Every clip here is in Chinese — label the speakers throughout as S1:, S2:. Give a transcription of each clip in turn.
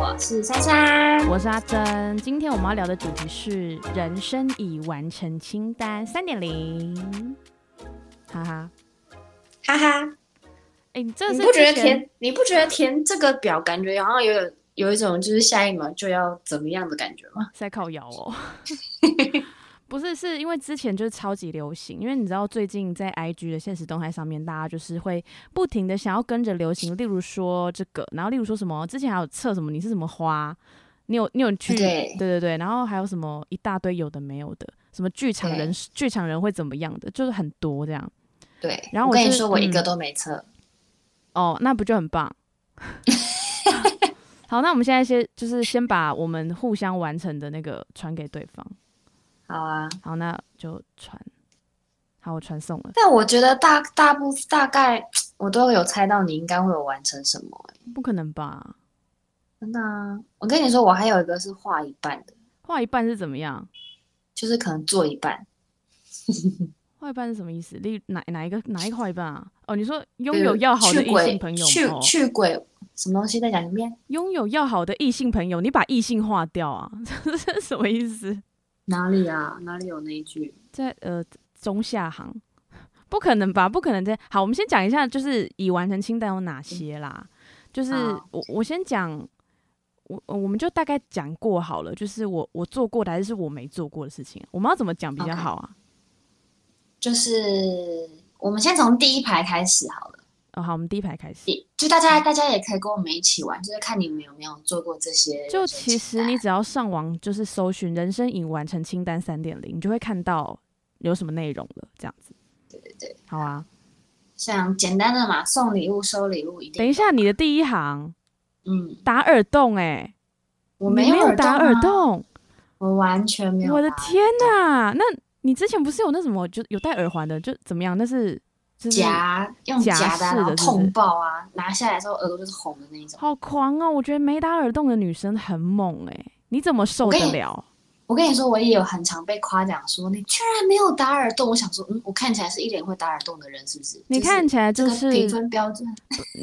S1: 我是珊珊。
S2: 我是阿珍，今天我们要聊的主题是人生已完成清单三点零，哈哈，
S1: 哈哈，
S2: 哎、你这
S1: 你
S2: 是
S1: 不觉得
S2: 之前
S1: 填你不觉得填这个表感觉好像有点有一种就是下一秒就要怎么样的感觉吗？
S2: 在靠 摇哦？不是，是因为之前就是超级流行，因为你知道最近在 IG 的现实动态上面，大家就是会不停的想要跟着流行，例如说这个，然后例如说什么，之前还有测什么你是什么花，你有你有去
S1: 对
S2: 对对对，然后还有什么一大堆有的没有的，什么剧场人剧场人会怎么样的，就是很多这样。
S1: 对，
S2: 然后
S1: 我
S2: 我
S1: 跟你
S2: 是
S1: 说，我一个
S2: 嗯
S1: 都没测。
S2: 哦，那不就很棒？ 好，那我们现在先就是先把我们互相完成的那个传给对方。
S1: 好啊，
S2: 好，那就传。好，我传送了。
S1: 但我觉得大大部大概我都有猜到你应该会有完成什么、欸
S2: 不可能吧？
S1: 真的啊，我跟你说，我还有一个是画一半的，
S2: 画一半是怎么样？
S1: 就是可能做一半。
S2: 画一半是什么意思？例哪哪一个哪一个画一半啊？哦，你说拥
S1: 对
S2: 有要好的
S1: 呃去
S2: 异
S1: 鬼
S2: 性朋友
S1: 去
S2: 吗哦
S1: 去鬼什么东西在讲里面？
S2: 拥有要好的异性朋友，你把异性划掉啊？ 这是什么意思？
S1: 哪里啊？哪里有那一句？
S2: 在呃中下行，不可能吧？不可能在好，我们先讲一下，就是已完成清单有哪些啦。就是
S1: 好
S2: 我我先讲，我我们就大概讲过好了，就是我我做过的还是我没做过的事情，我们要怎么讲比较
S1: OK
S2: 好啊？
S1: 就是我们先从第一排开始好了，
S2: 哦，好，我们第一排开始。
S1: 也就大家
S2: 嗯
S1: 大家也可以跟我们一起玩，就是看你们有没有做过这些。
S2: 就其实你只要上网就是搜寻“人生已完成清单三点零”，你就会看到有什么内容了。这样子，
S1: 对对对，
S2: 好啊。
S1: 像简单的嘛，送礼物、收礼物一定。
S2: 等一，下，你的第一行
S1: 嗯，
S2: 打耳洞、欸，
S1: 我
S2: 你
S1: 没
S2: 有
S1: 耳
S2: 打
S1: 洞啊
S2: 耳，洞，
S1: 我完全没有打。
S2: 我的天呐，那你之前不是有那什么，就有戴耳环的，就怎么样？那是就是
S1: 夹用
S2: 夹
S1: 夹的啊，
S2: 式
S1: 然
S2: 的
S1: 后
S2: 是不是
S1: 痛爆啊！拿下来之后耳朵就是红的那一种。
S2: 好狂哦！我觉得没打耳洞的女生很猛哎、你怎么受
S1: 我跟
S2: 得
S1: 你
S2: 了？
S1: 我跟你说，我也有很常被夸奖说你居然没有打耳洞。我想说，嗯，我看起来是一脸会打耳洞的人，是不是？
S2: 你
S1: 就是
S2: 看起来就
S1: 这
S2: 是
S1: 个评分标准，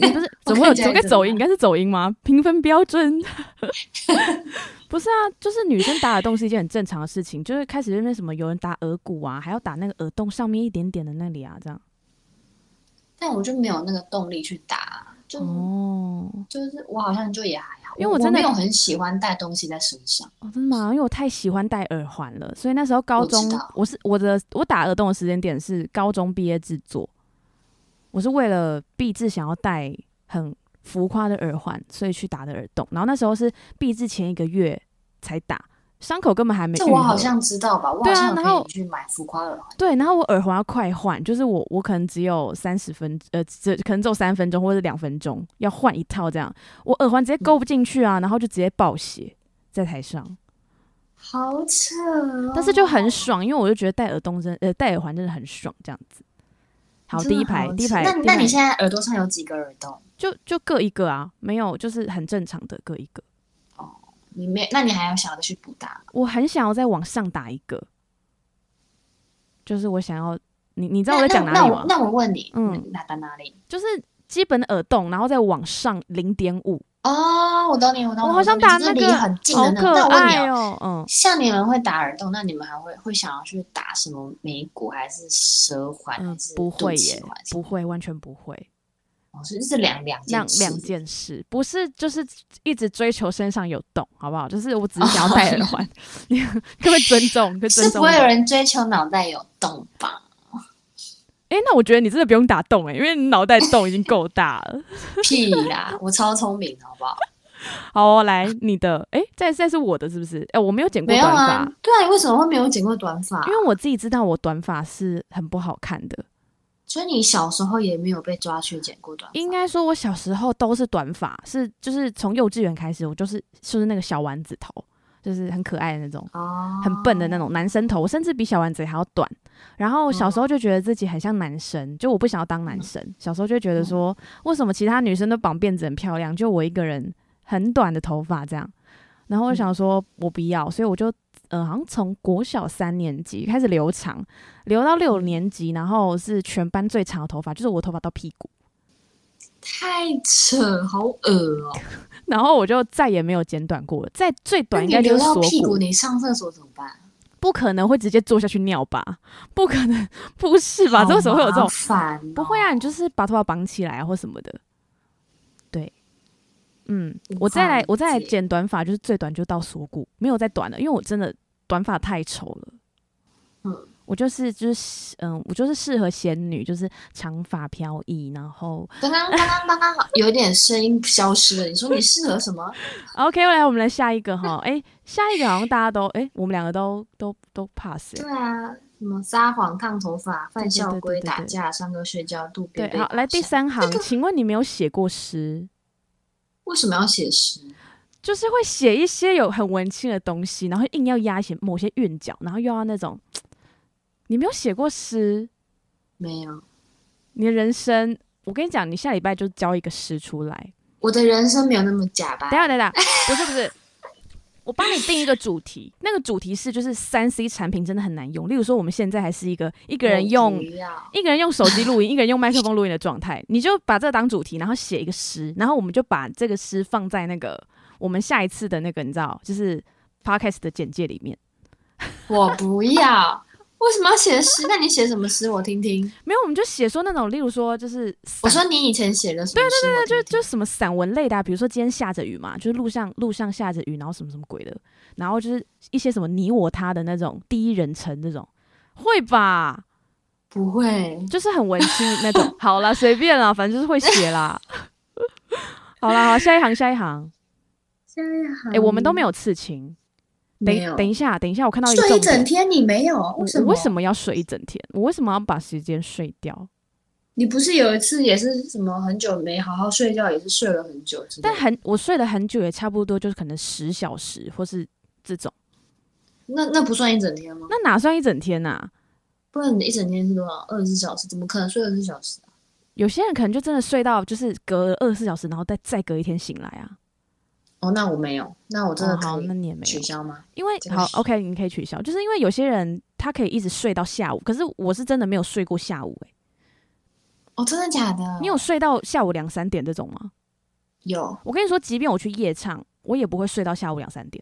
S2: 你不是
S1: 我
S2: 怎么会有
S1: 看起来
S2: 走个
S1: 怎么
S2: 走
S1: 了
S2: 音？应该是走音吗？评分标准 不是啊，就是女生打耳洞是一件很正常的事情，就是开始那边什么有人打耳骨啊，还要打那个耳洞上面一点点的那里啊，这样
S1: 但我就没有那个动力去打，啊就、
S2: 哦
S1: 就是我好像就也还好，
S2: 因为我真的
S1: 没有很喜欢带东西在身上。
S2: 哦，真的吗？因为我太喜欢戴耳环了，所以那时候高
S1: 我知
S2: 中
S1: 道
S2: 我是我的我打耳洞的时间点是高中毕业制作，我是为了毕制想要戴很浮夸的耳环，所以去打的耳洞。然后那时候是毕制前一个月才打，伤口根本还没
S1: 这
S2: 愈
S1: 我好
S2: 合
S1: 像知道吧，我
S2: 对
S1: 好
S2: 啊
S1: 像
S2: 然
S1: 有
S2: 后
S1: 可以去买浮夸耳环。
S2: 对，然后我耳环要快换，就是我我可能只有三十分，呃，只可能只有三分钟或者两分钟要换一套这样，我耳环直接勾不进去啊，然后就直接爆血在台上，
S1: 好扯、哦，
S2: 但是就很爽，因为我就觉得戴耳洞真，呃，戴耳环真的很爽这样子。好，
S1: 真
S2: 第
S1: 的
S2: 一排，
S1: 好
S2: 第一
S1: 扯
S2: 排，
S1: 那
S2: 第一
S1: 那
S2: 排
S1: 你现在耳朵上有几个耳洞？
S2: 就就各一个啊，没有，就是很正常的各一个。
S1: 你没？那你还要想着去补打吗？
S2: 我很想要再往上打一个，就是我想要，你你知道
S1: 那
S2: 我在讲
S1: 那
S2: 哪里
S1: 那
S2: 吗
S1: 我？那我问你，
S2: 嗯
S1: 嗯，打打哪里？
S2: 就是基本的耳洞，然后再往上零点五。
S1: 哦，我懂你，我懂你，
S2: 我好想
S1: 懂你
S2: 打
S1: 就
S2: 那
S1: 是
S2: 个，
S1: 离很近的那种。那
S2: 好
S1: 我
S2: 可
S1: 问你
S2: 爱
S1: 哦，
S2: 哦，嗯，
S1: 像你们会打耳洞，那你们还会会想要去打什么眉骨还是舌环
S2: 嗯
S1: 还是，
S2: 不
S1: 肚
S2: 会
S1: 脐
S2: 耶
S1: 环？，
S2: 不会，完全不会，
S1: 哦，所以是两两件
S2: 两
S1: 事
S2: 两件事，不是就是一直追求身上有洞，好不好？就是我只是想要戴 耳环， 你可不可以尊重？可以尊
S1: 哦是不
S2: 重我？
S1: 会有
S2: 哎、
S1: 人追求脑袋有洞 吧？
S2: 那我觉得你真的不用打洞哎、因为你脑袋洞已经够大了。
S1: 屁啦，我超聪明的，好不好？
S2: 好、哦，来你的，哎、再再是我的是不是？哎、我没有剪过
S1: 没有
S2: 短发，
S1: 啊，对啊，你为什么会没有剪过短发
S2: 因？为我自己知道我短发是很不好看的。
S1: 所以你小时候也没有被抓去剪过短发？
S2: 应该说，我小时候都是短发，是就是从幼稚园开始，我就是就是那个小丸子头，就是很可爱的那种，
S1: 哦，
S2: 很笨的那种男生头，我甚至比小丸子还要短。然后小时
S1: 哦
S2: 候就觉得自己很像男生，就我不想要当
S1: 嗯
S2: 男生。小时候就觉
S1: 哦
S2: 得说，为什么其他女生都绑辫子很漂亮，就我一个人很短的头发这样？
S1: 嗯
S2: 然后我想说，我不要，所以我就呃，好像从国小三年级开始留长，
S1: 嗯
S2: 留到六年级，然后是全班最长的头发，就是我头发到屁股。
S1: 太扯，好恶哦、
S2: 然后我就再也没有剪短过了，再最
S1: 那
S2: 啊短应
S1: 你
S2: 该就
S1: 流
S2: 是
S1: 到
S2: 锁
S1: 屁
S2: 骨
S1: 股，，你上厕所怎么 办？
S2: 不可能会直接坐下去尿吧？不可能， 不是吧？啊这为什么会有这种？
S1: 烦、哦
S2: 不会啊，你就是把头发绑起来啊，或什么的。对，嗯，我再来，我再来
S1: 理解
S2: 剪短发，就是最短就到锁骨，没有再短了，因为我真的短发太丑了。
S1: 嗯，
S2: 我就是就是嗯，我就是适合仙女，就是长发飘逸，然后
S1: 刚刚刚刚刚刚好有一点声音消失了，你说你适合什么？
S2: OK，来我们来下一个哈，哎、下一个好像大家都哎、我们两个都都都 pass 哎、
S1: 对啊，什么撒谎、烫头发、犯校规、
S2: 对对对对对
S1: 打架、上课睡觉、渡边
S2: 对，
S1: 被
S2: 好，来
S1: 绑架
S2: 第，三行
S1: 这，个
S2: 请问你没有写过诗？
S1: 为什么要写诗？
S2: 就是会写一些有很文青的东西，然后硬要压一些某些韵脚，然后又要那种，你没有写过诗，
S1: 没有，
S2: 你的人生，我跟你讲，你下礼拜就交一个诗出来。
S1: 我的人生没有那么假吧
S2: 等一？下等一下，不是不是，我帮你定一个主题，那个主题是就是三 C 产品真的很难用，例如说我们现在还是一个一个人
S1: 我
S2: 用
S1: 不要
S2: 一个人用手机录音，一个人用麦克风录音的状态，你就把这个当主题，然后写一个诗，然后我们就把这个诗放在那个我们下一次的那个你知道，就是 podcast 的简介里面。
S1: 我不要，为什么要写诗？那你写什么诗？我听听。
S2: 没有，我们就写说那种，例如说就是散
S1: 我说你以前写的什么诗？对对
S2: 啊就就什么散文类的、啊，比如说今天下着雨嘛，就是路上路上下着雨，然后什么什么鬼的，然后就是一些什么你我他的那种第一人称这种，会吧？
S1: 不会，
S2: 就是很文青那 种。好啦，随便啦，反正就是会写啦。好啦，好，下一行，下一行。
S1: 下一行
S2: 哎、我们都没有刺青。等
S1: 嗯没有
S2: 等一下，等一下，我看到一个
S1: 睡一
S2: 重
S1: 整
S2: 点。
S1: 天，你没有？啊
S2: 我
S1: 为什么？
S2: 我为什么要睡一整天？我为什么要把时间睡掉？
S1: 你不是有一次也是什么很久没好好睡觉，也是睡了很久之类的，
S2: 但很我睡了很久，也差不多就是可能十小时或是这种，
S1: 那那不算一整天吗？
S2: 那哪算一整天呐、啊
S1: 不然你一整天是多少？二十四小时？怎么可能睡二十四小时啊？
S2: 有些人可能就真的睡到就是隔二十四小时，然后再再隔一天醒来啊。
S1: 哦，那我没有，那我真的
S2: 哦好，
S1: 可以
S2: 那你也没有
S1: 取，消吗？
S2: 因为
S1: 这个
S2: 好
S1: 是
S2: OK，你可以取消，就是因为有些人他可以一直睡到下午，可是我是真的没有睡过下午、欸，
S1: 哦，真的假的？
S2: 你有睡到下午两三点这种吗？
S1: 有？
S2: 我跟你说，即便我去夜唱，我也不会睡到下午两三点。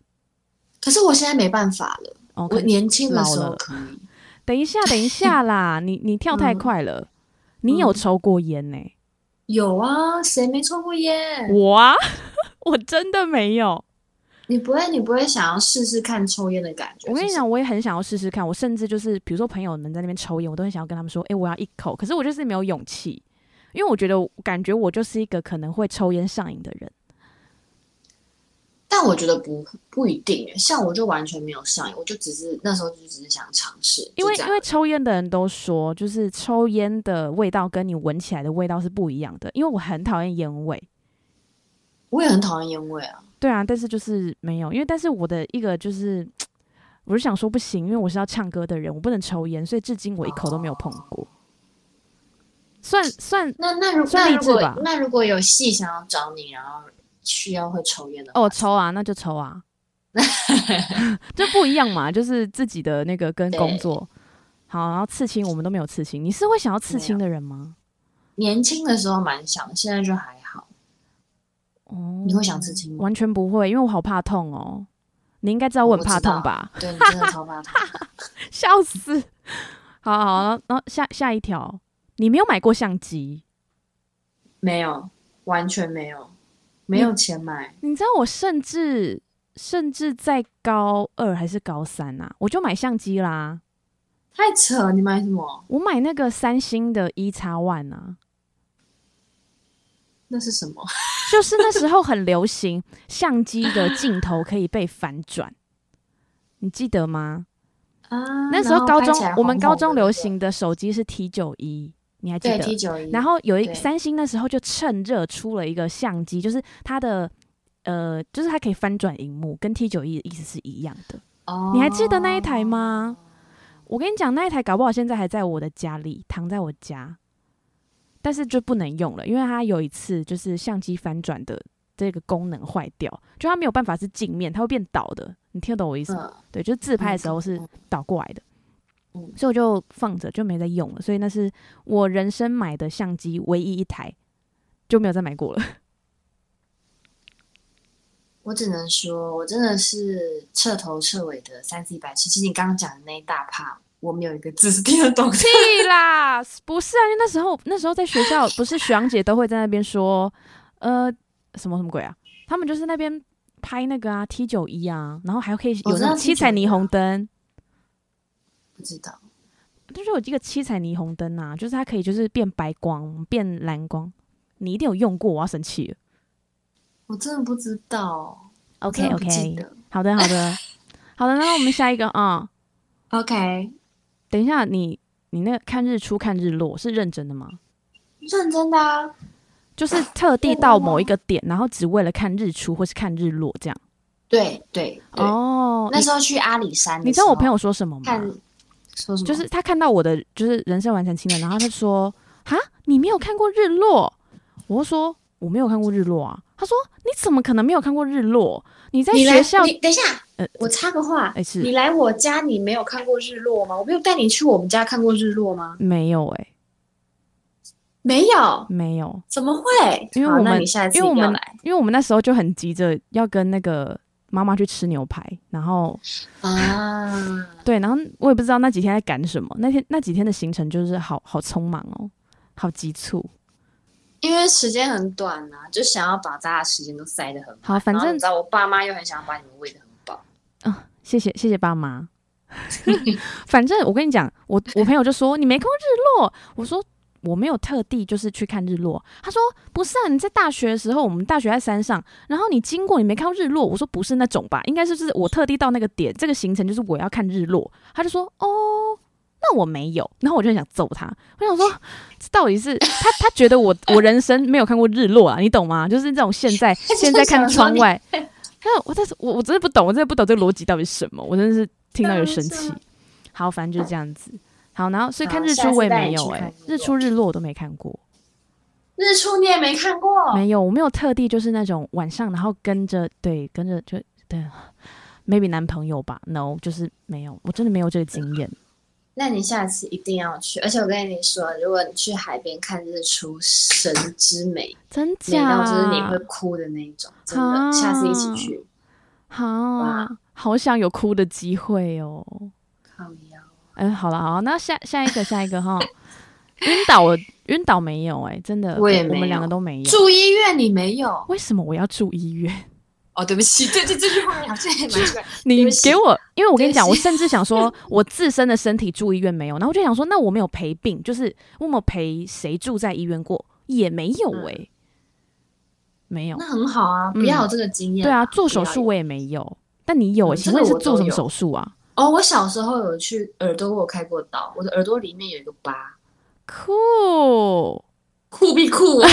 S1: 可是我现在没办法了。
S2: 哦，可
S1: 我
S2: 能
S1: 年轻的时
S2: 老
S1: 候
S2: 了
S1: 可以，
S2: 等一 下，等一下啦，你你跳太
S1: 嗯
S2: 快了，你有抽过烟呢、欸
S1: 有啊，谁没抽过烟？
S2: 我啊， 我真的没有。
S1: 你不会，你不会想要试试看抽烟的感觉？
S2: 我跟你
S1: 是
S2: 讲，我也很想要试试看。我甚至就是，比如说朋友们在那边抽烟，我都很想要跟他们说，诶，我要一口。可是我就是没有勇气，因为我觉得，感觉我就是一个可能会抽烟上瘾的人。
S1: 但我觉得不不一定耶，像我就完全没有上瘾，我就只是那时候就只是想尝试，
S2: 因为
S1: 就这
S2: 因
S1: 样
S2: 为抽烟的人都说，就是抽烟的味道跟你闻起来的味道是不一样的。因为我很讨厌烟味，
S1: 我也很讨厌烟味啊。
S2: 对啊，但是就是没有，因为但是我的一个就是，我就想说不行，因为我是要唱歌的人，我不能抽烟，所以至今我一口都没有碰过。算算
S1: 那那如
S2: 算
S1: 那
S2: 励
S1: 如
S2: 志
S1: 果
S2: 吧
S1: 那如果有戏想要找你，然后需要会抽烟的话
S2: 哦，抽啊，那就 抽啊，这不一样嘛，就是自己的那个跟工作。好，然后刺青我们都没有刺青，你是会想要刺青的人吗？
S1: 年轻的时候蛮想，现在就还好。
S2: 哦，
S1: 你会想刺青吗？
S2: 完全不会，因为我好怕痛哦。你应该知道我很
S1: 我
S2: 怕
S1: 知道
S2: 痛吧？
S1: 对你真的超怕痛。
S2: 笑死！好好好，然后下下一条，你没有买过相机，
S1: 没有，完全没有，没有钱买。
S2: 你知道我甚至甚至在高二还是高三啊，我就买相机啦。
S1: 太扯！你买什么？
S2: 我买那个三星的 E X One 啊，
S1: 那是什么？
S2: 就是那时候很流行相机的镜头可以被反转，你记得吗？
S1: 啊，
S2: 那时候高中我们高中流
S1: 行。
S2: 行的手机是 T 九一，你还记
S1: 对
S2: 得
S1: T 九一，
S2: 然后有一
S1: 对
S2: 三星那时候就趁热出了一个相机，就是它的呃，就是它可以翻转荧幕，跟 T 九一的意思是一样的。
S1: 哦
S2: 你还记得那一台？吗？我跟你讲，那一台搞不好现在还在我的家里，躺在我家，但是就不能用了，因为它有一次就是相机翻转的这个功能坏掉，就它没有办法是镜面，它会变倒的。你听得懂我意思吗？
S1: 嗯，
S2: 对，就是自拍的时候是
S1: 嗯
S2: 倒过来的，
S1: 嗯
S2: 所以我就放着就没再用了。所以那是我人生买的相机唯一一台，就没有再买过了。
S1: 我只能说，我真的是彻头彻尾的三 C 白痴。其实你刚刚讲的那一大趴，我没有一个字是听得懂的。
S2: 屁啦，不是啊，因为那时候那时候在学校，不是学长姐都会在那边说，呃，什么什么鬼啊？他们就是那边拍那个啊 T 九一啊，然后还可以有
S1: 我知
S2: 那
S1: 道
S2: 种七彩
S1: T91
S2: 霓虹灯，
S1: 不知道，
S2: 就是有一个七彩霓虹灯啊，就是它可以就是变白光、变蓝光，你一定有用过，我要生气了。
S1: 我真的不知道。我
S2: OK
S1: 真的不记
S2: OK，
S1: 得
S2: 好的好 的好的，那我们下一个啊、
S1: OK，
S2: 等一下你你那个看日出看日落是认真的吗？
S1: 认真的啊。
S2: 就是特地到某一个点，然后只为了看日出或是看日落这样。
S1: 对对对，
S2: 哦，
S1: 那
S2: 你
S1: 时候去阿里山的时候，
S2: 你知道我朋友说什么
S1: 看
S2: 吗？
S1: 说什么？
S2: 就是他看到我的就是人生完成清单，然后他就说：“哈，你没有看过日落？”我就说：“我没有看过日落啊。”他说：“你怎么可能没有看过日落？你在
S1: 你来
S2: 学校
S1: 你等一下，
S2: 呃
S1: 我插个话，
S2: 哎是
S1: 你来我家，你没有看过日落吗？我没有带你去我们家看过日落吗？
S2: 没有哎、
S1: 没有，
S2: 没有，
S1: 怎么会？
S2: 因为
S1: 好
S2: 我
S1: 那
S2: 们
S1: 你下一次
S2: 因为我
S1: 一定要
S2: 们
S1: 来
S2: 因为我们那时候就很急着要跟那个妈妈去吃牛排，然后
S1: 啊，
S2: 对，然后我也不知道那几天在赶什么，那天那几天的行程就是好好匆忙哦，好急促。
S1: 因为时间很短呐、就想要把大家的时间都塞得很满。
S2: 好，反
S1: 然后
S2: 正
S1: 你知道，我爸妈又很想要把你们喂得很饱。
S2: 啊谢谢谢谢爸妈。 反正我跟你讲，我我朋友就说你没看过日落，我说我没有特地就是去看日落。他说不是啊，你在大学的时候，我们大学在山上，然后你经过你没看到日落。我说不是那种吧，应该是就是我特地到那个点，这个行程就是我要看日落。他就说哦。那我没有，然后我就很想揍他。我想说，这到底是他？他觉得我我人生没有看过日落啊，你懂吗？就是这种现在现在看窗外，还有我在我我真的不懂，我真的不懂这个逻辑到底是什么，我真的是听到有生气
S1: 当然是啊。
S2: 好，反正就是这样子。好，然后所以
S1: 好
S2: 看日
S1: 下
S2: 出
S1: 次
S2: 我也
S1: 带
S2: 没
S1: 你去
S2: 有哎、
S1: 看日
S2: 日
S1: 落
S2: 出日落我都没看过，
S1: 日出你也没看过，
S2: 没有，我没有特地就是那种晚上然后跟着对跟着就对，maybe 男朋友吧，no 就是没有，我真的没有这个 经验。
S1: 那你下次一定要去。而且我跟你说，如果你去海边看日出，神之美，
S2: 真
S1: 美到
S2: 假？
S1: 就是你会哭的那一种，真的。
S2: 啊
S1: 下次一起去。
S2: 好
S1: 哇，
S2: 好想有哭的机会哦。
S1: 靠腰，
S2: 嗯，好了，好，那下下一个，下一 个哈，晕倒我晕倒没有哎、真的，
S1: 我也
S2: 我
S1: 没
S2: 们两
S1: 有
S2: 个都没有。
S1: 住医院你没有？
S2: 为什么我要住医 院？
S1: 哦，对不起，这这这句话好像也蛮 奇怪。
S2: 你
S1: 对不起
S2: 给我，因为我跟你讲，
S1: 对
S2: 我
S1: 不起
S2: 甚至 想说，我自身的身体住医院没有，然后我就想说，那我没有陪病，就是我有没有陪谁住在医院过，也没有
S1: 嗯
S2: 哎、没有
S1: 那。很好啊，不要有这个经验、
S2: 嗯对啊，做手
S1: 不要
S2: 术我也没有，但你有欸、
S1: 嗯
S2: 请
S1: 这个
S2: 问你是
S1: 我
S2: 做
S1: 都
S2: 什么
S1: 有
S2: 手术 啊？
S1: 哦，我小时候有去耳朵，我有开过刀，我的耳朵里面有一个疤，
S2: 酷，
S1: 酷比 酷啊！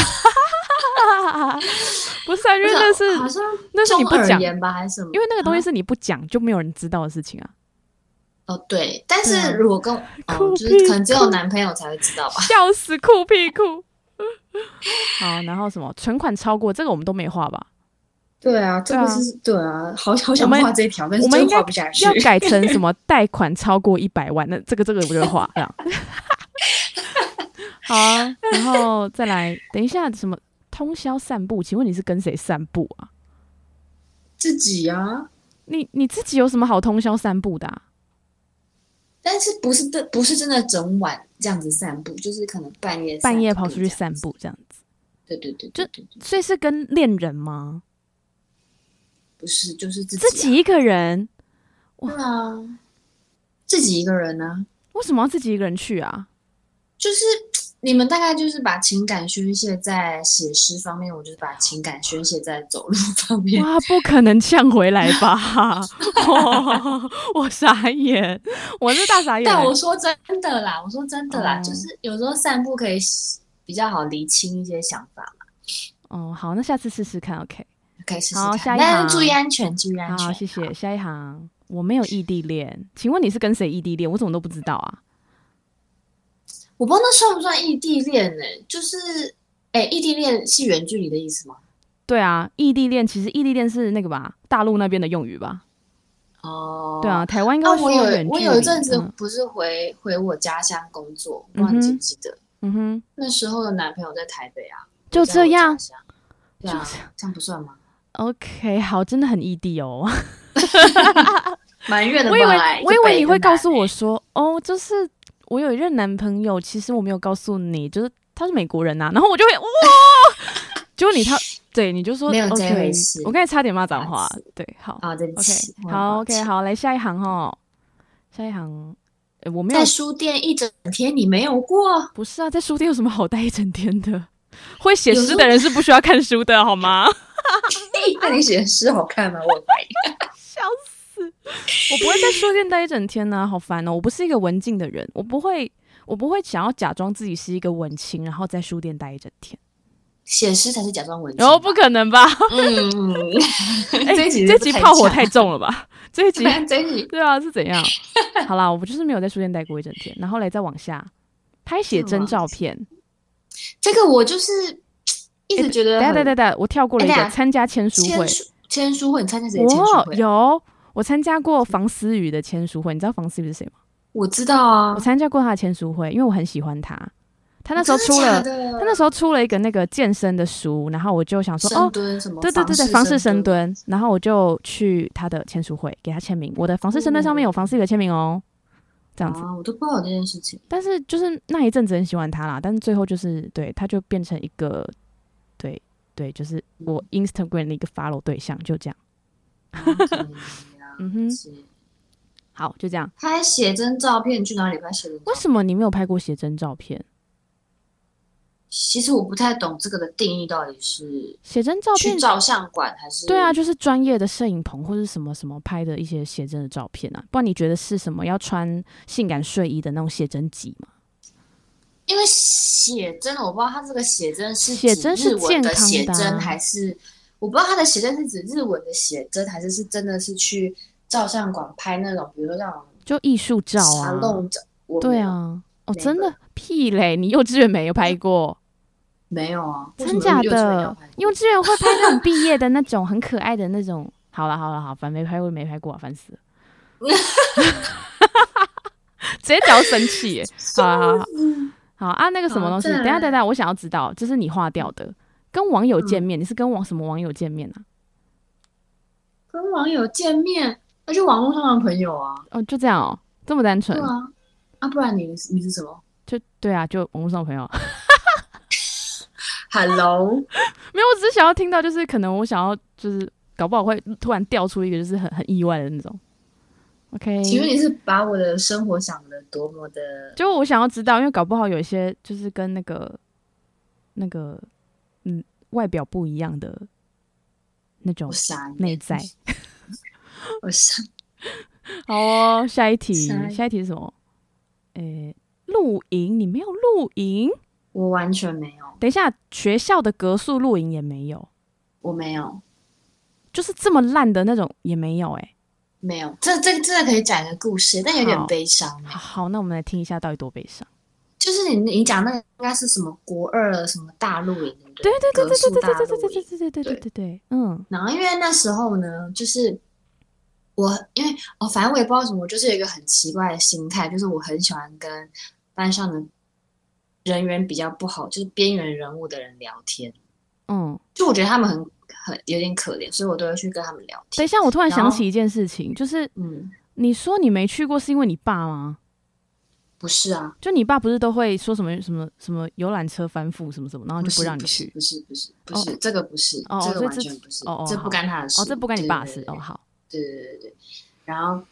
S2: 不是啊，因为那是
S1: 好像
S2: 那是你
S1: 中
S2: 不
S1: 耳
S2: 讲，
S1: 炎吧，还是什么？
S2: 因为那个东西
S1: 啊
S2: 是你不讲就没有人知道的事情啊。
S1: 哦，对，但
S2: 对啊
S1: 是如果跟
S2: 酷
S1: 哦，就
S2: 比
S1: 是可能只
S2: 酷
S1: 有男朋友才会知道吧。
S2: 笑死酷屁酷。 好，然后什么存款超过这个我们都没画吧？
S1: 对啊，
S2: 这个是
S1: 对啊，好好
S2: 想画
S1: 这一条，但
S2: 是真的画
S1: 不下
S2: 要 改成什么贷款超过一百万？那这个这个我就会画这样。 好啊、然后再来，等一下什么通宵散步？请问你是跟谁散步啊？
S1: 自己啊。
S2: 你你自己有什么好通宵散步的、啊？
S1: 但是不是真不是真的整晚这样子散步，就是可能半夜
S2: 半夜
S1: 散
S2: 跑
S1: 步
S2: 出去
S1: 这样
S2: 散
S1: 子。
S2: 步这样子，
S1: 对对对，
S2: 就
S1: 对对对
S2: 所以是跟恋人吗？
S1: 不是就是自
S2: 自
S1: 己
S2: 己一个人？
S1: 啊对啊，自己一个人啊。
S2: 为什么要自己一个人去啊？
S1: 就是你们大概就是把情感宣泄在写诗方面，我就是把情感宣泄在走路方面。
S2: 哇，不可能呛回来吧？ 哇我傻眼，我是大傻眼欸。
S1: 但我说真的啦，我说真的啦，
S2: 哦
S1: 就是有时候散步可以比较好厘清一些想法嘛，
S2: 哦，好，那下次试试看，OK。
S1: 可以试试
S2: 好
S1: 看，
S2: 下一
S1: 但
S2: 行
S1: 是注意安全，注意安全。
S2: 好，谢谢。下一行，我没有异地恋，请问你是跟谁异地恋？我怎么都不知道啊？
S1: 我不知道那算不算异地恋呢、就是，哎、异地恋是远距离的意思吗？
S2: 对啊，异地恋其实异地恋是那个吧，大陆那边的用语吧？
S1: 哦，
S2: 对啊，。台湾应该
S1: 啊，
S2: 会
S1: 我
S2: 说远距
S1: 有
S2: 离。
S1: 我有一阵子
S2: 嗯
S1: 不是回、回我家乡工作，忘记
S2: 嗯
S1: 记得、
S2: 嗯哼，
S1: 那时候的男朋友在台北啊，
S2: 就
S1: 留
S2: 就
S1: 在
S2: 这
S1: 我脚
S2: 样
S1: 下，对啊
S2: 就，
S1: 这样不算吗？
S2: OK，好，真的很异 地哦。
S1: 满月的
S2: 我以
S1: 吧一
S2: 为我以
S1: 个
S2: 为
S1: 北
S2: 你
S1: 一个
S2: 会告
S1: 南
S2: 诉
S1: 欸
S2: 我说，哦，就是我有一任男朋友，其实我没有告诉你，就是他是美国人呐、啊 然后我就 会哇，结果你他对你就说
S1: 没有这
S2: OK，
S1: 回事
S2: 我刚才差点骂脏
S1: 不
S2: 话
S1: 好意，
S2: 对，好
S1: 啊，对不
S2: OK，
S1: 起，我很
S2: 好
S1: 抱
S2: OK，
S1: 歉。
S2: 好，来下一行哦，下一行，呃我没有
S1: 在，书店一整天，你没有过？
S2: 不是啊，在书店有什么好待一整天的？ 会写
S1: 有时
S2: 诗
S1: 候
S2: 的人是不需要看书的，好吗？
S1: 那你写的诗好看吗？我 很怀疑。
S2: 笑死！我不会在书店待一整天呢、好烦哦！我不是一个文静的人，我不会，我不会想要假装自己是一个文青，然后在书店待一整天。
S1: 写诗才是假装文青
S2: 然
S1: 吧。
S2: 后不可能吧？
S1: 嗯，嗯，嗯
S2: 哦哎
S1: 这一集
S2: 这
S1: 是
S2: 集
S1: 不
S2: 炮火
S1: 讲
S2: 太重了 吧？这一集
S1: 对啊这一集
S2: 对啊，是怎样？好啦，我就是没有在书店待过一整天。然后来再往下，拍写真照片。
S1: 这个我就是一直觉得
S2: 哎
S1: 很，
S2: 等下等下等下，我跳过了一
S1: 哎等
S2: 个
S1: 下
S2: 参加签书会
S1: 签。书签书会，你参加谁的签书
S2: 哇，
S1: 会？
S2: 有我参加过房思雨的签书会，你知道房思雨是谁吗？
S1: 我知道啊
S2: 我，参加过他的签书会，因为我很喜欢他。他那时候出了，
S1: 真的假的
S2: 他那时候出了一个那个健身的书，然后我就想说，
S1: 深
S2: 哦，
S1: 蹲什么？
S2: 对对对对，房式深
S1: 蹲，
S2: 蹲，然后我就去他的签书会给他签名，我的房式深蹲上面有房思雨的签名哦，这样子。
S1: 啊，我都不知道有这件事 情。
S2: 但是就是那一阵子很喜欢他啦，但是最后就是对他就变成一个，对对，就是我
S1: 嗯
S2: Instagram 的一个 follow 对象，就这样。嗯哼，
S1: 是
S2: 好，就这样。
S1: 拍写真照片，去哪里拍写真照片？
S2: 为什么你没有拍过写真照片？
S1: 其实我不太懂这个的定义到底是
S2: 写真照
S1: 去嗯
S2: 片
S1: 照相馆还是？
S2: 对啊，，就是专业的摄影棚或是什么什么拍的一些写真的照片啊，不然你觉得是什么要穿性感睡衣的那种写真集吗？
S1: 因为写真，我不知道它这个写真是
S2: 写
S1: 指
S2: 真是
S1: 日文的
S2: 健
S1: 写
S2: 康的啊
S1: 真，还是我不知道它的写真是指日文的写真，还是是真的是去照相馆拍那种，比如说那种
S2: 就艺术照
S1: 沙
S2: 啊，
S1: 龙照。我没
S2: 对
S1: 有，
S2: 啊，哦，
S1: 没
S2: 真
S1: 有
S2: 的屁嘞！你幼稚园没有拍过，
S1: 没有啊，为什
S2: 真
S1: 么
S2: 假
S1: 幼稚园要
S2: 的
S1: 拍？
S2: 幼稚园会拍那种毕业的那种很可爱的那种。好了好了好，反正没拍过没拍过啊，烦死了。 直接讲到生气 耶！好啦好啦好好啊，那个什么
S1: 好
S2: 东西？
S1: 再
S2: 等一下
S1: 来
S2: 等一下，我想要知道，这是你划掉的，跟网友
S1: 嗯
S2: 见面，你是跟网什么网友见面啊？
S1: 跟网友见面，那就网络上的朋友啊，
S2: 哦，就这样哦，这么单纯
S1: 对，啊，啊，不然你你是什么
S2: 就对啊， 就网络上的朋友。
S1: ？Hello，
S2: 没有，我只是想要听到，就是可能我想要，就是搞不好会突然掉出一个，就是很很意外的那种。OK，
S1: 请问你是把我的生活想的多么的
S2: 就我想要知道，因为搞不好有一些就是跟那个那个嗯外表不一样的那种
S1: 我傻眼
S2: 内在。
S1: 我傻
S2: 好哦，下一题
S1: 下，一
S2: 下一题是什么？诶、露营，你没有露营？
S1: 我完全没有，
S2: 等一下，学校的格数露营也没有，
S1: 我没有。
S2: 就是这么烂的那种也没有、欸，诶。
S1: 没有，这这真的可以讲一个故事，但有
S2: 好
S1: 点悲伤。
S2: 好好，那我们来听一下到底多悲伤。
S1: 就是你你讲那个应该是什么国二了，什么大陆营，对不
S2: 对对对对对对对对对对对对
S1: 对
S2: 对
S1: 格数大陆营
S2: 对对对对，嗯，
S1: 然后因为那时候呢，就是我因为哦，反正我也不知道为什么，我就是有一个很奇怪的心态，就是我很喜欢跟班上的人缘比较不好，就是边缘人物的人聊天，
S2: 嗯，
S1: 就我觉得他们很很有点可怜，所以我都会去跟他们聊
S2: 等
S1: 天
S2: 一。下，我突然
S1: 然
S2: 想
S1: 后
S2: 起一件事情，就是
S1: 嗯，
S2: 你说你没去过是因为你爸吗？
S1: 不是啊，
S2: 就你爸不是都会说什么什么什么游览车翻覆什么什么，然后
S1: 不
S2: 哦就不
S1: 是
S2: 让你
S1: 不是
S2: 去。
S1: 不是不是不是，这个不是
S2: 哦，
S1: 这
S2: 所
S1: 个
S2: 以
S1: 完
S2: 这
S1: 全不是
S2: 哦哦，
S1: 这
S2: 好
S1: 不干他的事，
S2: 哦，这不干你
S1: 对
S2: 爸的
S1: 对
S2: 事
S1: 对
S2: 哦，好，
S1: 对对对对。然后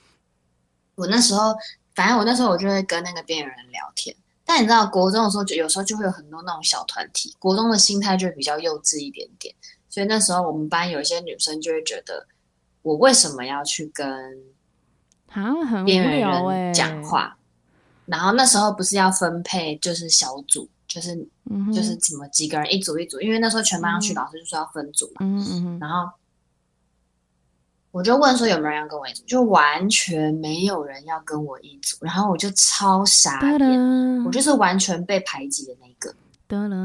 S1: 我那时候，反正我那时候我就会跟那个边缘人聊天。但你知道，国中的时候就有时候就会有很多那种小团体，国中的心态就会比较幼稚一点点。所以那时候我们班有一些女生就会觉得，我为什么要去跟
S2: 啊，很无
S1: 边缘
S2: 聊哎，
S1: 人讲，话？然后那时候不是要分配就是小组，就是
S2: 嗯哼，
S1: 就是怎么几个人一组一组，因为那时候全班上去，老师就说要分组嘛。
S2: 嗯哼嗯哼，
S1: 然后我就问说有没有人要跟我一组，就完全没有人要跟我一组，然后我就超傻
S2: 得
S1: 眼，
S2: 了
S1: 我，就是完全被排挤的那一个。
S2: 得了，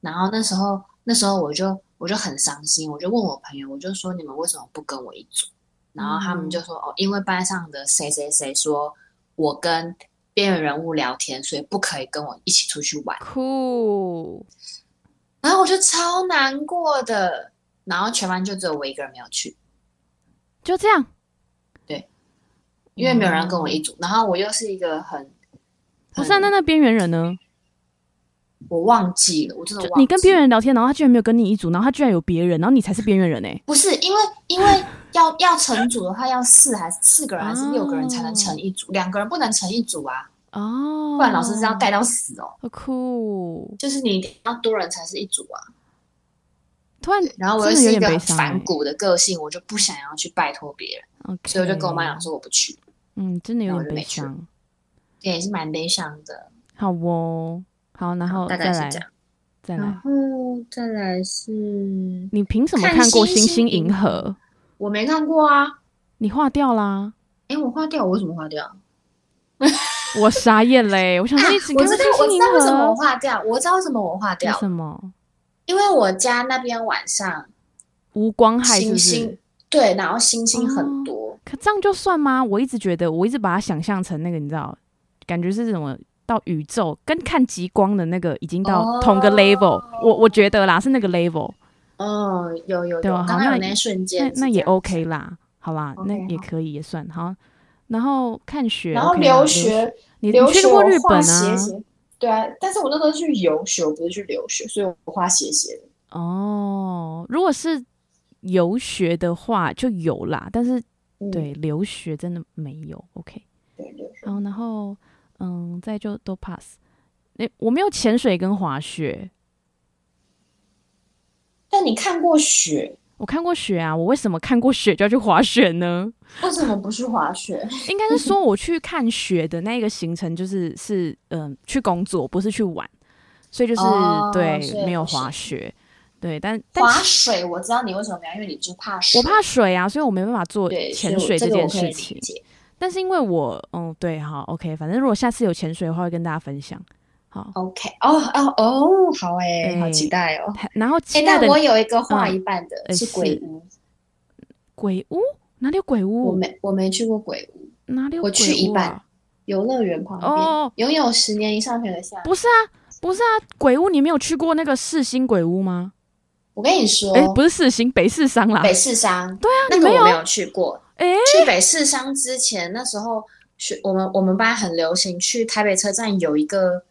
S1: 然后那时候，那时候我就我就很伤心，我就问我朋友，我就说你们为什么不跟我一组？然后他们
S2: 嗯
S1: 就说、哦，因为班上的谁谁谁说我跟边缘人物聊天，所以不可以跟我一起出去玩。
S2: 酷，
S1: 然后我就超难过的，然后全班就只有我一个人没有去，
S2: 就这样。
S1: 因为没有人跟我一组，然后我又是一个很，
S2: 嗯不是啊，那那边缘人呢？
S1: 我忘记了，我真的
S2: 就
S1: 忘记
S2: 你跟边缘人聊天，然后他居然没有跟你一组，然后他居然有别人，然后你才是边缘人哎、
S1: 不是因为因为要要成组的话，要四还是四个人还是
S2: 哦
S1: 六个人才能成一组，两个人不能成一组啊，
S2: 哦，
S1: 不然老师是要带到死哦。
S2: 好酷。
S1: 就是你一定要多人才是一组啊。
S2: 突然，
S1: 然后我又
S2: 真的
S1: 是
S2: 有
S1: 一
S2: 点
S1: 个
S2: 悲
S1: 很
S2: 伤
S1: 反
S2: 欸
S1: 骨的个性，我就不想要去拜托别人，
S2: OK
S1: 所以我就跟我妈讲，说我不去，
S2: 嗯，真的有
S1: 那我
S2: 点
S1: 就
S2: 悲
S1: 没去
S2: 伤。
S1: 这也是蛮悲伤的。
S2: 好哦，好，然后
S1: 大
S2: 再
S1: 概是
S2: 来
S1: 这，样。
S2: 再
S1: 然
S2: 来，
S1: 后再来是
S2: 你凭什么
S1: 看
S2: 看过《
S1: 星
S2: 星
S1: 星
S2: 星
S1: 银
S2: 银河》？
S1: 我没看过啊，
S2: 你划掉啦，
S1: 哎，我划掉，我为什么划掉？啊
S2: 我傻眼嘞！啊我想说，你只
S1: 我
S2: 看
S1: 知道，
S2: 过《星
S1: 我
S2: 星
S1: 知
S2: 银
S1: 道
S2: 河
S1: 为什么我》，划掉，我知道为什么我划
S2: 为
S1: 掉，
S2: 什么？
S1: 因为我家那边晚上
S2: 无光害是哦
S1: 星
S2: 不
S1: 星
S2: 是？
S1: 对，然后星星很多，
S2: 可这样就算吗？我一直觉得，我一直把它想象成那个，你知道，感觉是什么？到宇宙跟看极光的那个已经到
S1: 哦
S2: 同个 level，、我我觉得啦，是那个 level，
S1: 嗯，有有有，
S2: 对啊
S1: 刚
S2: 好
S1: 刚有
S2: 那
S1: 那一瞬间
S2: 那
S1: 是
S2: 那也
S1: 这样
S2: OK 啦，好啦，
S1: OK，
S2: 那也可以也算好。然后看雪，
S1: 然后
S2: 啊 OK 啦
S1: 留学，
S2: 你
S1: 留
S2: 你去
S1: 学
S2: 过
S1: 我
S2: 日
S1: 画
S2: 本
S1: 斜
S2: 啊？
S1: 斜，对啊，但是我那时候去游学，我不是去留学，所以我画斜斜的。
S2: 哦，如果是游学的话就有啦，但是
S1: 嗯、
S2: 对留学真的没有。OK，
S1: 对留学，
S2: 好，然后嗯，再就都 pass。诶、我没有潜水跟滑雪，
S1: 但你看过雪，
S2: 我看过雪啊，我为什么看过雪就要去滑雪呢？
S1: 为什么不去滑雪？
S2: 应该是说我去看雪的那个行程就是是嗯、去工作，不是去玩，所以就是、
S1: 哦
S2: 对
S1: 所以
S2: 没有
S1: 不是
S2: 滑雪，对，但但
S1: 滑
S2: 其
S1: 水我知道你为什么没有，因为你就怕水。
S2: 我怕水啊，所以我没办法做
S1: 对
S2: 潜
S1: 所以
S2: 水
S1: 我这个
S2: 件
S1: 我可以
S2: 事
S1: 理
S2: 情。
S1: 解。
S2: 但是因为我嗯对好 OK，反正如果下次有潜水的话会跟大家分享。好，
S1: OK，哦哦哦，好哎、
S2: 哎
S1: 好期待哦。
S2: 还然后
S1: 哎、
S2: 亲爱的
S1: 但我有一个画
S2: 嗯
S1: 一半的、
S2: 哎
S1: 是鬼屋，
S2: 鬼屋哪里有鬼
S1: 我
S2: 屋？
S1: 没我没去过鬼屋，
S2: 哪里有
S1: 我
S2: 鬼
S1: 去一
S2: 屋
S1: 半
S2: 啊？
S1: 游乐园旁边，
S2: 哦
S1: 拥有十年以上学的夏天。
S2: 不是啊，不是啊，鬼屋你没有去过那个世新鬼屋吗？
S1: 我跟你说，
S2: 哎、不是世新，北市商啦。
S1: 北市商，对啊那
S2: 你
S1: 个
S2: 没
S1: 我
S2: 有
S1: 没有去过。
S2: 哎、
S1: 去北市商之前，那时候学我们我们班很流行去台北车站有一个，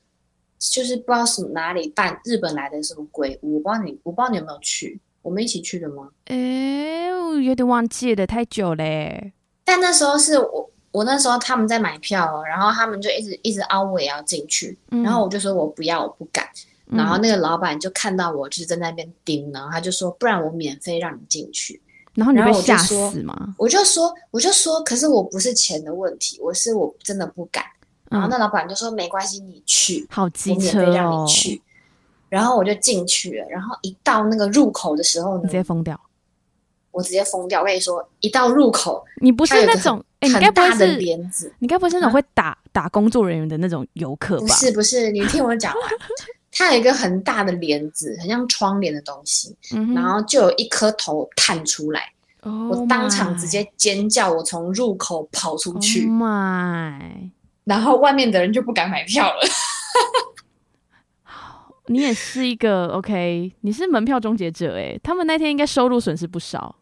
S1: 就是不知道是哪里办日本来的什么鬼屋，我不知道你我不知道你有没有去，我们一起去的吗？
S2: 哎、我有点忘记了，太久嘞、
S1: 但那时候是我我那时候他们在买票哦，然后他们就一直一直凹我也要进去，
S2: 嗯
S1: 然后我就说我不要，我不敢。
S2: 嗯
S1: 然后那个老板就看到我就是在那边盯，然后他就说不然我免费让你进去。
S2: 然后你
S1: 然
S2: 被
S1: 后我就
S2: 吓
S1: 说
S2: 死吗？
S1: 我就说，我就说，可是我不是钱的问题，我是我真的不敢。然后
S2: 嗯，
S1: 那老板就说没关系，你去，
S2: 好
S1: 我
S2: 机
S1: 免
S2: 车
S1: 费让
S2: 哦
S1: 你，去。然后我就进去了，然后一到那个入口的时候
S2: 你直
S1: 呢，
S2: 接疯掉。
S1: 我直接疯掉。我跟你说，一到入口，
S2: 你不是
S1: 它有一
S2: 那
S1: 个
S2: 种，哎、你
S1: 很
S2: 该不会
S1: 大的
S2: 是
S1: 帘子，
S2: 你该不会是那种
S1: 啊
S2: 会打、打工作人员的那种游客吧？
S1: 不是不是，你听我讲完，它有一个很大的帘子，很像窗帘的东西，
S2: 嗯哼，
S1: 然后就有一颗头探出来，我
S2: Oh
S1: 当场
S2: my
S1: 直接尖叫，我从入口跑出
S2: Oh
S1: 去，
S2: my，
S1: 然后外面的人就不敢买票了。
S2: 你也是一个 OK，你是门票终结者哎，他们那天应该收入损失不少。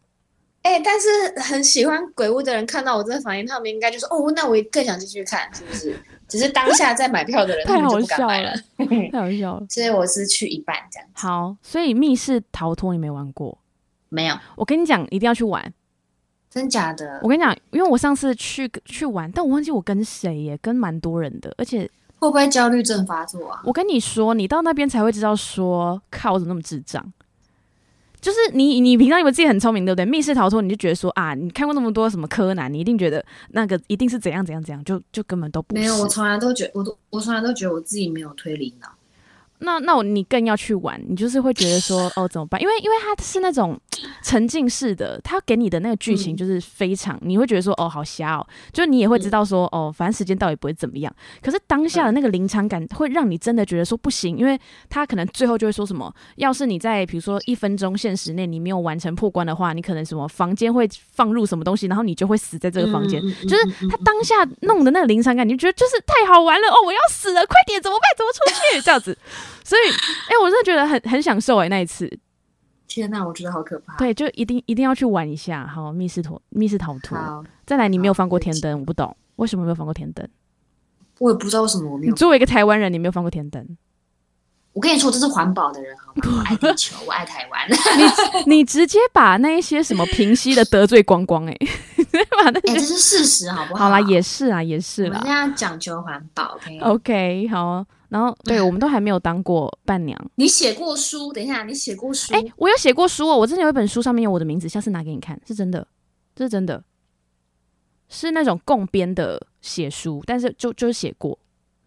S1: 哎、但是很喜欢鬼屋的人看到我这个反应，他们应该就说：“哦，那我也更想继续看，是不是？”只是当下在买票的人，他
S2: 太
S1: 们
S2: 好
S1: 就不敢
S2: 笑
S1: 买
S2: 了
S1: 了。
S2: 太好笑了。
S1: 所以我是去一半这样子，
S2: 好，所以密室逃脱你没玩过，
S1: 没有，
S2: 我跟你讲一定要去玩。
S1: 真假的
S2: 我？跟你讲，因为我上次去去玩，但我忘记我跟谁耶，跟蛮多人的。而且
S1: 会不会焦虑症发作啊？
S2: 我跟你说，你到那边才会知道说，靠，我怎么那么智障？就是你，你平常以为自己很聪明，对不对？密室逃脱，你就觉得说啊，你看过那么多什么柯南，你一定觉得那个一定是怎样怎样怎样，就就根本都不是。
S1: 没有，我从来都觉我都我从来都觉得我自己没有推理脑。
S2: 那那我你更要去玩，你就是会觉得说哦怎么办？因为因为它是那种沉浸式的，它给你的那个剧情
S1: 嗯
S2: 就是非常，你会觉得说哦好瞎哦，就你也会知道说、哦反正时间到底不会怎么样。可是当下的那个临场感会让你真的觉得说不行，因为他可能最后就会说什么，要是你在比如说一分钟限时内你没有完成破关的话，你可能什么房间会放入什么东西，然后你就会死在这个房间。
S1: 嗯嗯嗯
S2: 就是他当下弄的那个临场感，你就觉得就是太好玩了哦，我要死了，快点，怎么办？怎么出去？这样子，所以，哎、我真的觉得很很享受哎、那一次，
S1: 天哪，我觉得好可怕。
S2: 对，就一定一定要去玩一下。好，密室逃密室逃脱，
S1: 好，
S2: 再来你没有
S1: 好
S2: 放过
S1: 对不
S2: 天
S1: 起
S2: 灯，我不懂为什么没有放过天灯。
S1: 我也不知道为什么我没
S2: 你
S1: 有。
S2: 作为一个台湾人，你没有放过天灯，
S1: 我跟你说，我这是环保的人，好吗？我爱地球，我爱台 湾。
S2: 你直接把那一些什么平息的得罪光光哎、直接把那
S1: 哎、
S2: 些
S1: 这是事实，好不
S2: 好啦，
S1: 啦，
S2: 也是啊，也是
S1: 哦我们
S2: 啦哦
S1: 现。在讲求环保，OK？、
S2: OK，好，然后对我们都还没有当过伴娘。
S1: 你写过书，等一下，你写过书？
S2: 哎、我有写过书哦，我真的有一本书，上面有我的名字，下次拿给你看，是真的，这是真的，是那种共编的写书，但是就就是写过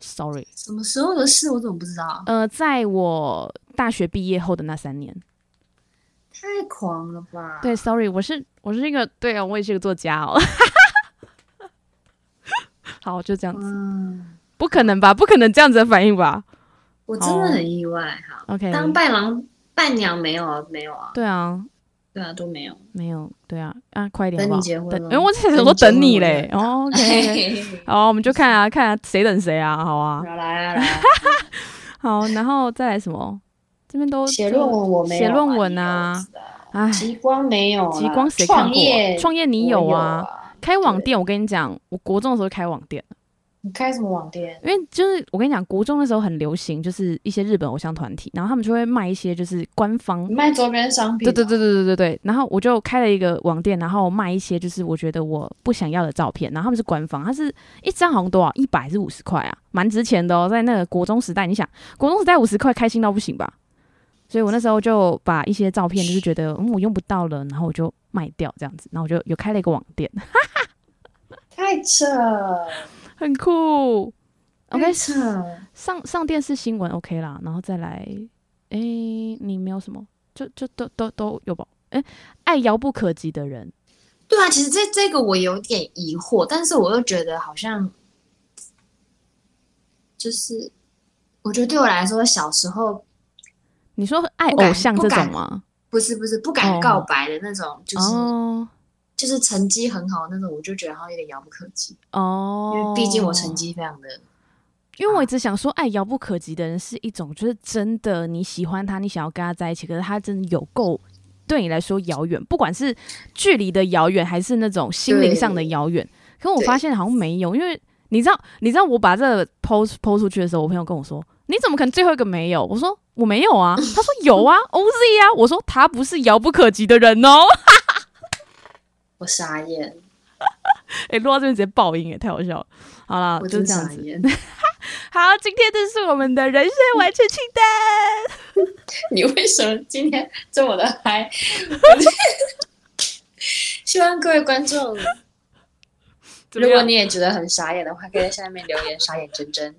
S2: ，sorry，
S1: 什么时候的事？我怎么不知道？啊
S2: 呃，在我大学毕业后的那三年，
S1: 太狂了吧！
S2: 对，sorry，我是我是一个，对啊，我也是个作家哦， 好，就这样子，
S1: 嗯，
S2: 不可能吧，不可能这样子的反应吧
S1: 我真
S2: 哦
S1: 的很意外哈。
S2: ？OK，
S1: 当伴郎、伴娘没有啊，没有啊，
S2: 对啊，
S1: 对啊，都没有。
S2: 没有，对啊，啊，快一点
S1: 等
S2: 好不好，
S1: 你结婚
S2: 等，
S1: 了
S2: 因为我在想说
S1: 等
S2: 等
S1: 你
S2: 你
S1: 结婚
S2: 嘞，哦，OK，好，我 们就看啊，看啊，谁等谁啊，好啊，
S1: 来来啊来啊，
S2: 好，然后再来什么？这边都
S1: 写
S2: 都
S1: 论文我没有
S2: 写
S1: 啊
S2: 论文啊，，
S1: 你
S2: 哎
S1: 有，极光没有啦，
S2: 极光谁看
S1: 创
S2: 过啊？
S1: 业
S2: 创业你有
S1: 我有
S2: 啊？
S1: 啊？
S2: 开网
S1: 对
S2: 店，我跟你讲，我国中的时候就开网店了，
S1: 你开什么网店？
S2: 因为就是我跟你讲，国中的时候很流行，就是一些日本偶像团体，然后他们就会卖一些就是官方
S1: 你卖周边商品？啊
S2: 对对对。对对对对。然后我就开了一个网店，然后卖一些就是我觉得我不想要的照片，然后他们是官方，它是一张好像多少一百是五十块啊，蛮值钱的哦。在那个国中时代，你想国中时代五十块开心到不行吧？所以我那时候就把一些照片，就是觉得嗯我用不到了，然后我就卖掉这样子，然后我就有开了一个网店，
S1: 太扯了
S2: 很酷。OK， 哎
S1: 太扯了
S2: 上上电视新闻 OK 啦，然后再来，诶，你没有什么，就就都都都有吧？诶，爱遥不可及的人，
S1: 对啊，其实这这个我有点疑惑，但是我又觉得好像就是，我觉得对我来说，小时候
S2: 你说爱
S1: 不敢
S2: 偶像这
S1: 不敢
S2: 种吗？
S1: 不是不是不敢
S2: 哦
S1: 告白的那种，就是、
S2: 哦
S1: 就是成绩很好的那种，我就觉得好像有点遥不可及，因
S2: 哦，
S1: 为毕竟我成，绩非常的
S2: 因为我一直想说，爱遥不可及的人是一种，就是真的你喜欢他，你想要跟他在一起，可是他真的有够对你来说遥远，不管是距离的遥远，还是那种心灵上的遥远。可我
S1: 对
S2: 发现好像没有，因为你知道，你知道我把这个 PO 出 PO 出去的时候，我朋友跟我说。你怎么可能最后一个没有？我说我没有啊，他说有啊，OZ 啊，我说他不是遥不可及的人哦。
S1: 我傻眼，
S2: 哎、录到这边直接爆音，也太好笑了。好啦，
S1: 我
S2: 哦就是
S1: 真
S2: 这样
S1: 傻
S2: 子。
S1: 眼。
S2: 好，今天这是我们的人生完成清单。
S1: 你为什么今天这么的嗨？ 我就希望各位观众，
S2: 怎
S1: 如
S2: 么
S1: 果
S2: 样
S1: 你也觉得很傻眼的话，可以在下面留言傻眼真真。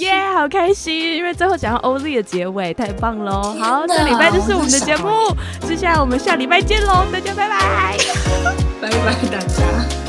S2: 耶好开心，因为最后讲到 OZ 的结尾，太棒喽！好，
S1: 天
S2: 这
S1: 哪
S2: 礼拜就是我们的节
S1: 我
S2: 目，接下来我们下礼拜见喽，大家拜拜。
S1: 拜拜，大家。